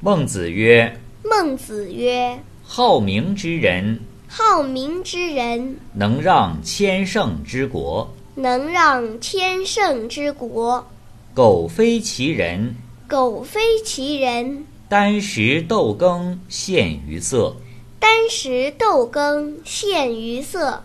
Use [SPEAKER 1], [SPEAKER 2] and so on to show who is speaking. [SPEAKER 1] 孟子曰
[SPEAKER 2] 孟子曰：“
[SPEAKER 1] 好名之人，：“
[SPEAKER 2] 好名之人，
[SPEAKER 1] 能让千乘之国；
[SPEAKER 2] 能让千乘之国。
[SPEAKER 1] 苟非其人，
[SPEAKER 2] 苟非其人，
[SPEAKER 1] 箪食豆羹，陷于色。”
[SPEAKER 2] 箪食豆羹，陷于色。”